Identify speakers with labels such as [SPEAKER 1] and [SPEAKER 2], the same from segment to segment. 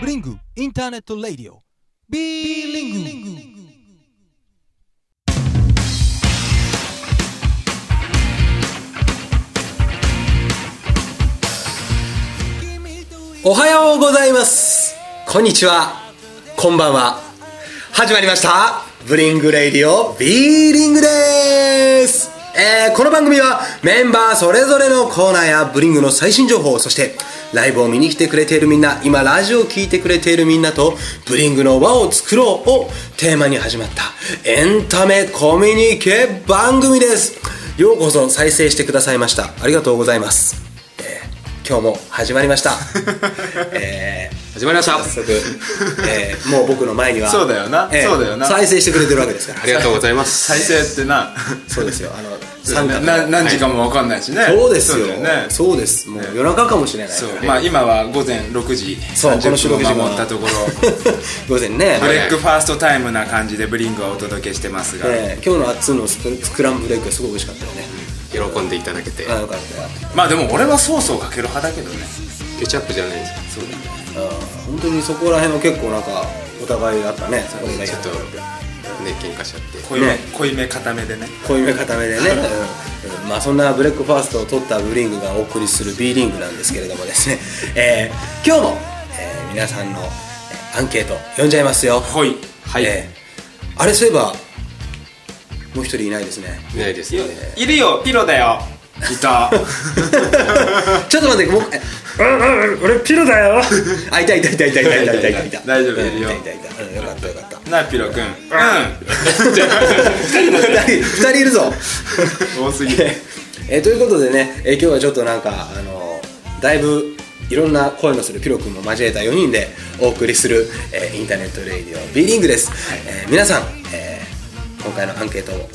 [SPEAKER 1] ターネット・ラディオビーリング
[SPEAKER 2] おはようございますこんにちはこんばんは始まりましたブリングレイディオビーリングですえーこの番組はメンバーそれぞれのコーナーやブリングの最新情報そしてライブを見に来てくれているみんな今ラジオを聴いてくれているみんなとブリングの輪を作ろうをテーマに始まったエンタメコミュニケ番組ですようこそ再生してくださいましたありがとうございます、えー今日も始まりました、えー
[SPEAKER 3] 始まりました
[SPEAKER 2] 早速、えーもう僕の前には
[SPEAKER 4] そうだよなそうだよな
[SPEAKER 2] 再生してくれてるわけですから
[SPEAKER 3] ありがとうございます
[SPEAKER 4] 再生ってな
[SPEAKER 2] そうですよあの参加
[SPEAKER 4] なな何時間もわかんないしね、
[SPEAKER 2] そうですよ
[SPEAKER 4] だねそう
[SPEAKER 2] そうですもう夜中かもしれ ないからね
[SPEAKER 4] まあ今は午前6時
[SPEAKER 2] そうこの収
[SPEAKER 4] 30
[SPEAKER 2] 録時
[SPEAKER 4] 分
[SPEAKER 2] 間
[SPEAKER 4] を守ったところ
[SPEAKER 2] 午前ね
[SPEAKER 4] ブレックファーストタイムな感じでブリングはお届けしてますが、
[SPEAKER 2] えー今日のあっつーのスクスクランブルエッグはすごい美味しかったよね
[SPEAKER 3] 喜んでいただけて
[SPEAKER 2] あよかったよ
[SPEAKER 4] まあでも俺はソースをかける派だけどね
[SPEAKER 3] ケチャップじゃないんです
[SPEAKER 4] そうだね
[SPEAKER 2] うん本当にそこら辺は結構なんかお互いあったねお互い
[SPEAKER 3] ちょっとね喧嘩しちゃって
[SPEAKER 4] 濃いめ、
[SPEAKER 2] ね
[SPEAKER 4] 濃いめ固めでね
[SPEAKER 2] 濃いめ固めでね、 うんまあ、そんなブレックファーストを取ったブリングがお送りする B リングなんですけれどもですね、えー今日も、えー皆さんのえーアンケート読んじゃいますよ
[SPEAKER 4] ほい
[SPEAKER 3] はい
[SPEAKER 2] えーあれそういえばもう一人いないですね
[SPEAKER 3] いないですよね
[SPEAKER 4] いるよピロだよいた
[SPEAKER 2] ちょっと待ってもうえうんうん俺ピロだよ あいたいたいたいたいたいたいたいたいた
[SPEAKER 4] 大丈夫いるよ
[SPEAKER 2] いたいたいたうんよかったよかった
[SPEAKER 4] なあピロくんう
[SPEAKER 2] 2人いるぞ
[SPEAKER 4] ん多すぎ
[SPEAKER 2] え
[SPEAKER 4] て
[SPEAKER 2] ーえーということでね、えー今日はちょっとなんか、あのーだいぶいろんな声のするピロ君も交えた4人でお送りする、えーインターネットレイディオ B リングです、えー皆さん、えー今回のアンケートを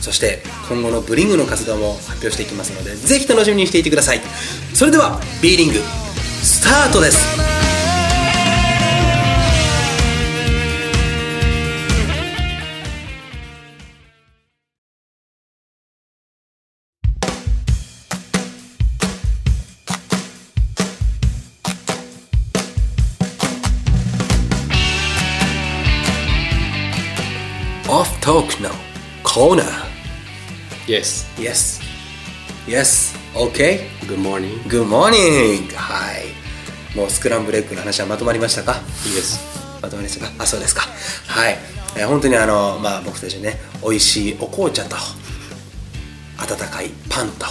[SPEAKER 2] そして今後のブリングの活動も発表していきますのでぜひ楽しみにしていてくださいそれでは B リングスタートですオフトークのコーナー
[SPEAKER 3] イエス
[SPEAKER 2] Yes Yes OK
[SPEAKER 3] グッモーニング
[SPEAKER 2] Good morning! はい。もうスクランブルエッグの話はまとまりましたか
[SPEAKER 3] いいです
[SPEAKER 2] まとまりましたかあ、そうですか。はい。えー本当にあの、まあ僕たちね、美味しいお紅茶と、温かいパンと、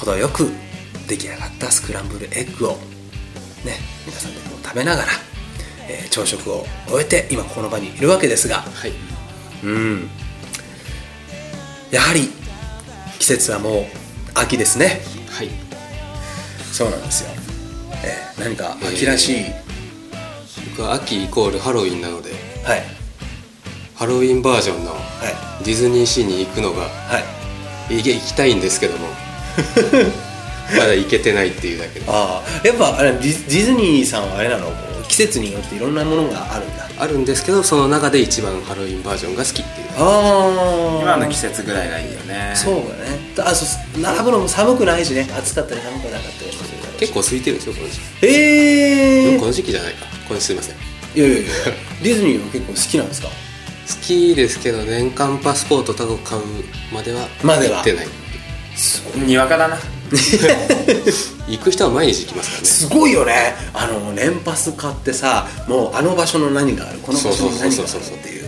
[SPEAKER 2] 程よく出来上がったスクランブルエッグを、ね、皆さんでこう食べながら、えー朝食を終えて、今この場にいるわけですが、
[SPEAKER 3] はい
[SPEAKER 2] うん。やはり、季節はもう秋ですね。
[SPEAKER 3] はい
[SPEAKER 2] そうなんですよ、えー何か秋らしい、
[SPEAKER 3] 僕は秋イコールハロウィンなので
[SPEAKER 2] はい
[SPEAKER 3] ハロウィンバージョンの
[SPEAKER 2] はい
[SPEAKER 3] ディズニーシーに行くのが
[SPEAKER 2] はい
[SPEAKER 3] い行きたいんですけ どもまだ行けてないっていうだけで
[SPEAKER 2] ああやっぱあれディディズニーさんはあれなのこう季節によっていろんなものがあるんだ
[SPEAKER 3] あるんですけどその中で一番ハロウィンバージョンが好きっていう
[SPEAKER 2] あ
[SPEAKER 4] 今の季節ぐらいがいいよね
[SPEAKER 2] そうだねあそう並ぶのも寒くないしね暑かったり寒くなかったりもするから
[SPEAKER 3] 結構空いてるんですよこの時期、
[SPEAKER 2] ええ
[SPEAKER 3] この時期じゃないかこれすいません好
[SPEAKER 2] いやいやいやディズニーは結構好きなんですか
[SPEAKER 3] きですけど年間パスポートタコ買うまでは
[SPEAKER 2] までは
[SPEAKER 3] 行ってない
[SPEAKER 4] にわかだな
[SPEAKER 3] 行く人は毎日行きますからね
[SPEAKER 2] すごいよねあの年パス買ってさもうあの場所の何があるこの場所の何があ
[SPEAKER 3] そうそう
[SPEAKER 2] る
[SPEAKER 3] そうそう
[SPEAKER 2] っていう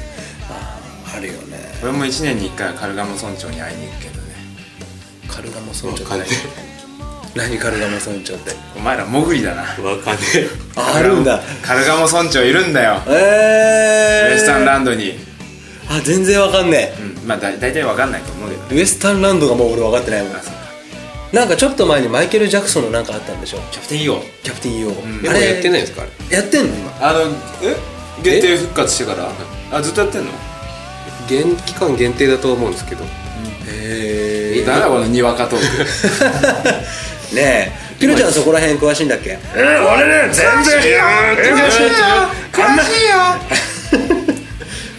[SPEAKER 2] あああるよね
[SPEAKER 4] 俺も1年に1回はカルガモ村長に会いに行くけどね
[SPEAKER 2] カルガモ村長
[SPEAKER 3] わかんね
[SPEAKER 2] 何カルガモ村長って
[SPEAKER 4] お前ら潜りだな
[SPEAKER 3] えわかんね
[SPEAKER 2] ああるんだ
[SPEAKER 4] カルガモ村長いるんだよウ
[SPEAKER 2] えー、
[SPEAKER 4] エスタンランドに、
[SPEAKER 2] あ全然わかんね
[SPEAKER 4] うん、まあだ大体わかんないと思うけどね
[SPEAKER 2] えウエスタンランドがもう俺分かってないもん
[SPEAKER 4] あそう
[SPEAKER 2] なんかちょっと前にマイケル・ジャクソンのなんかあったんでしょ
[SPEAKER 4] キャプテンイオ
[SPEAKER 2] キャプテン EO、
[SPEAKER 3] えでもやってないんですかあれ
[SPEAKER 2] やってんの今
[SPEAKER 4] あのえ限定復活してからあずっとやってんの
[SPEAKER 3] 限期間限定だと思うんですけど
[SPEAKER 2] へ
[SPEAKER 4] えだこのにわかトーク
[SPEAKER 2] ねえピロちゃんそこら辺詳しいんだっけ
[SPEAKER 4] 全然知らん全然知らん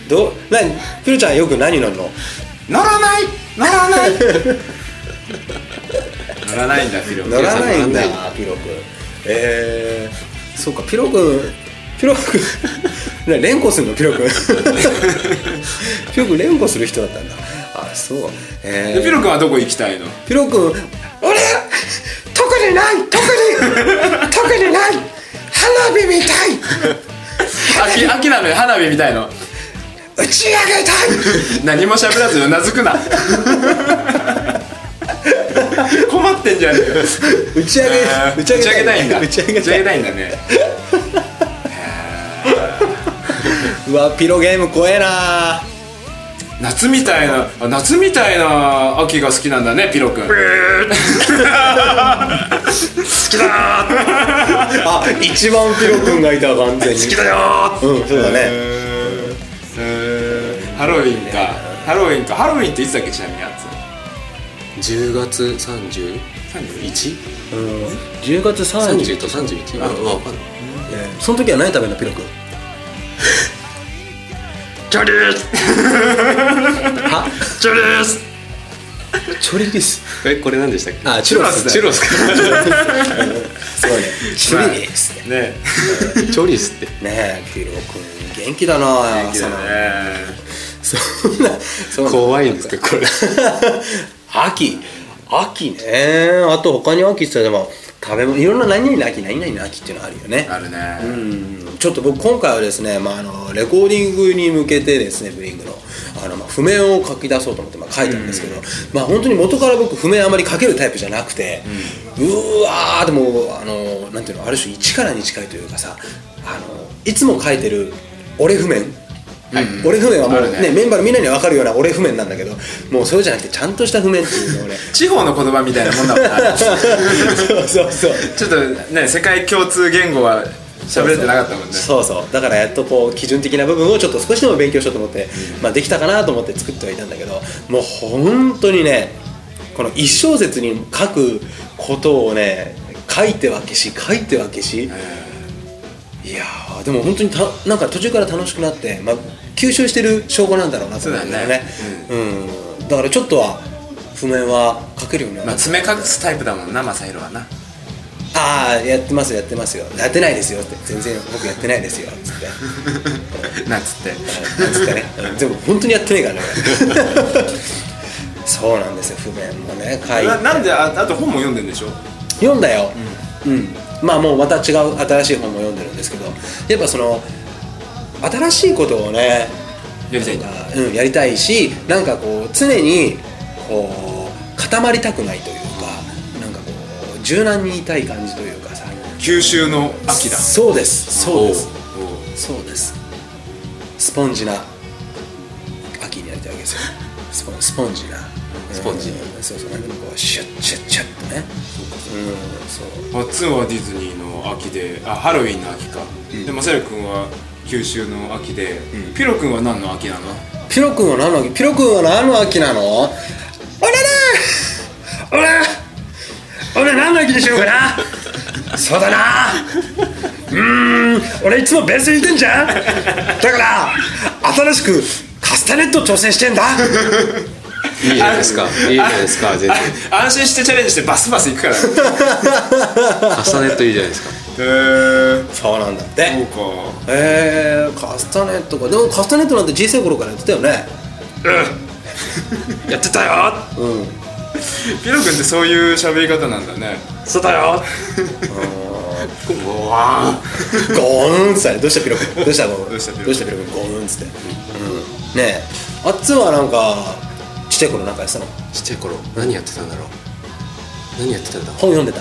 [SPEAKER 2] どうなピロちゃんよく何乗るの
[SPEAKER 4] 乗らない乗らない 乗らないんだフィルム
[SPEAKER 2] 乗らないんだ
[SPEAKER 3] ピロちゃん乗ら
[SPEAKER 2] ピロ君えー、そうかピロ君ピロ 君な連呼するのピロ君ピロ君連呼する人だったんだあそうえ
[SPEAKER 4] で
[SPEAKER 2] ー、
[SPEAKER 4] ピロ君はどこ行きたいの
[SPEAKER 2] ピロ君俺特にない特に特にない花火みたい
[SPEAKER 4] 秋秋なのよ花火みたいの
[SPEAKER 2] 打ち上げたい
[SPEAKER 4] 何も喋らずうなずくな困ってんじゃねえよ
[SPEAKER 2] 打ち上げ
[SPEAKER 4] あー打
[SPEAKER 2] 打ち
[SPEAKER 4] ち
[SPEAKER 2] 上げ
[SPEAKER 4] 上げたいんだ
[SPEAKER 2] 打ち上げ
[SPEAKER 4] 打ち
[SPEAKER 2] た
[SPEAKER 4] 上
[SPEAKER 2] い
[SPEAKER 4] げたいんだね
[SPEAKER 2] うわピロゲーム怖えな
[SPEAKER 4] 夏みたいなあ夏みたいな秋が好きなんだねピロ君
[SPEAKER 2] あ一番ピロ君がいた完全に好きだようんそうだね
[SPEAKER 4] ハロウィンかハロウィンかハロウィンっていつだっけちなみにあつ
[SPEAKER 3] 10月 31?30
[SPEAKER 2] うん10月30
[SPEAKER 3] と31あ分かんない
[SPEAKER 2] その時は何食べるのピロ君
[SPEAKER 4] チョリース
[SPEAKER 2] は
[SPEAKER 4] チョリース
[SPEAKER 2] チョリリス
[SPEAKER 3] えこれ何でしたっけ
[SPEAKER 2] あチ
[SPEAKER 4] ュロス
[SPEAKER 3] チュロスか
[SPEAKER 2] すごいねチョリリスね
[SPEAKER 4] ね
[SPEAKER 3] チョリスって
[SPEAKER 2] ねえピロ君元気だな
[SPEAKER 4] えね
[SPEAKER 2] そんなそんな
[SPEAKER 3] 怖いんですけどこれ
[SPEAKER 2] 秋秋ねあと他に秋って言ったらでも食べ物いろんな何々の秋何々の秋っていうのあるよね
[SPEAKER 4] あるね
[SPEAKER 2] うんちょっと僕今回はですね、まあ、あのレコーディングに向けてですねブリングのあの、まあ、譜面を書き出そうと思って、まあ、書いたんですけど、まあ本当に元から僕譜面あまり書けるタイプじゃなくて、うーわーでもあのなんていうのある種一からに近いというかさあのいつも書いてる俺譜面うん俺譜面はもう
[SPEAKER 4] ある
[SPEAKER 2] ね
[SPEAKER 4] ね
[SPEAKER 2] メンバーのみんなに分かるような俺譜面なんだけどもうそうじゃなくてちゃんとした譜面っていうのを ね
[SPEAKER 4] 地方の言葉みたいなもんだもんな
[SPEAKER 2] そうそうそう
[SPEAKER 4] ちょっとね世界共通言語は喋れてなかったもんね
[SPEAKER 2] そうそうだからやっとこう基準的な部分をちょっと少しでも勉強しようと思って、まあ、できたかなと思って作ってはいたんだけどもう本当にねこの一小節に書くことをね書いては消し書いては消し、いやーでも本当にたなんか途中から楽しくなって、まあ、吸収してる証拠なんだろうなと思うんだよねうん、だからちょっとは譜面は書けるようにな
[SPEAKER 4] まあ
[SPEAKER 2] る
[SPEAKER 4] 爪隠すタイプだもんな正宏はな
[SPEAKER 2] ああやってますやってますよやってないですよって全然僕やってないですよっつって
[SPEAKER 4] なんつって
[SPEAKER 2] なんつってね、 でも本当にやってねえ からね俺そうなんですよ譜面もね書い
[SPEAKER 4] な
[SPEAKER 2] て
[SPEAKER 4] なんでああと本も読んでんでしょ
[SPEAKER 2] 読んだよ、うんまあもうまた違う新しい本も読んでるんですけどやっぱその新しいことをね
[SPEAKER 4] やりたいんだ
[SPEAKER 2] うん、やりたいしなんかこう常にこう固まりたくないというかなんかこう柔軟にいたい感じというかさ
[SPEAKER 4] 九州の秋だ
[SPEAKER 2] そうですそうです
[SPEAKER 4] おうおう
[SPEAKER 2] そうですスポンジな秋になりたいわけですよ スポンスポンジな
[SPEAKER 3] スポンジ
[SPEAKER 2] うんそうそうなんかこうシュッシュッシュッとねうんそう
[SPEAKER 4] あツンはディズニーの秋であハロウィンの秋か、でマサル君は九州の秋で、ピロ君は何の秋なの
[SPEAKER 2] ピロ君は何の秋ピロ君は何の秋なの俺だ俺俺何の秋にしようか なそうだなうーん俺いつもベース弾いてんじゃんだから新しくカスタネット挑戦してんだ
[SPEAKER 3] いいじゃないですかいいじゃないですか全然
[SPEAKER 4] あ安心してチャレンジしてバスバス行くから、
[SPEAKER 3] 重ねといいじゃないですか
[SPEAKER 4] へえ
[SPEAKER 2] そうなんだって
[SPEAKER 4] そうか
[SPEAKER 2] へえー、カスタネットかでもカスタネットなんて小さい頃からやってたよ ね
[SPEAKER 4] やってたよ
[SPEAKER 2] うん
[SPEAKER 4] ピロ君ってそういう喋り方なんだねそうだよ
[SPEAKER 2] ゴーンっつったねどうしたピロ君どうしたゴーン
[SPEAKER 4] どうしたピロ君
[SPEAKER 2] ピロ君ゴーンっつってうんねえあっつんはなんかちっちゃい頃なんかやってたの
[SPEAKER 3] ちっちゃい頃何やってたんだろう何やってたんだ
[SPEAKER 2] 本読んでた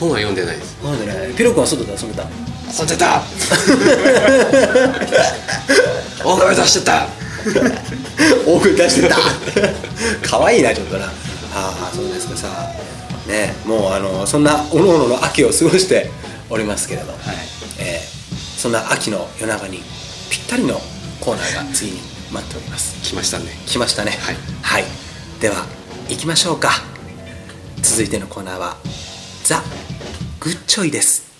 [SPEAKER 3] 本は読んでないです
[SPEAKER 2] なんでねピロ君は外で遊んで た
[SPEAKER 3] 遊んでた 大声出してた
[SPEAKER 2] 大声出してた 可愛いなちょっとなああそうですかさねえもうあのそんなおのおのの秋を過ごしておりますけれど、えーそんな秋の夜長にぴったりのコーナーが次に待っております
[SPEAKER 3] 来ましたね
[SPEAKER 2] 来ましたね
[SPEAKER 3] はい
[SPEAKER 2] はい、では行きましょうか続いてのコーナーは「ザ・グッチョイ」です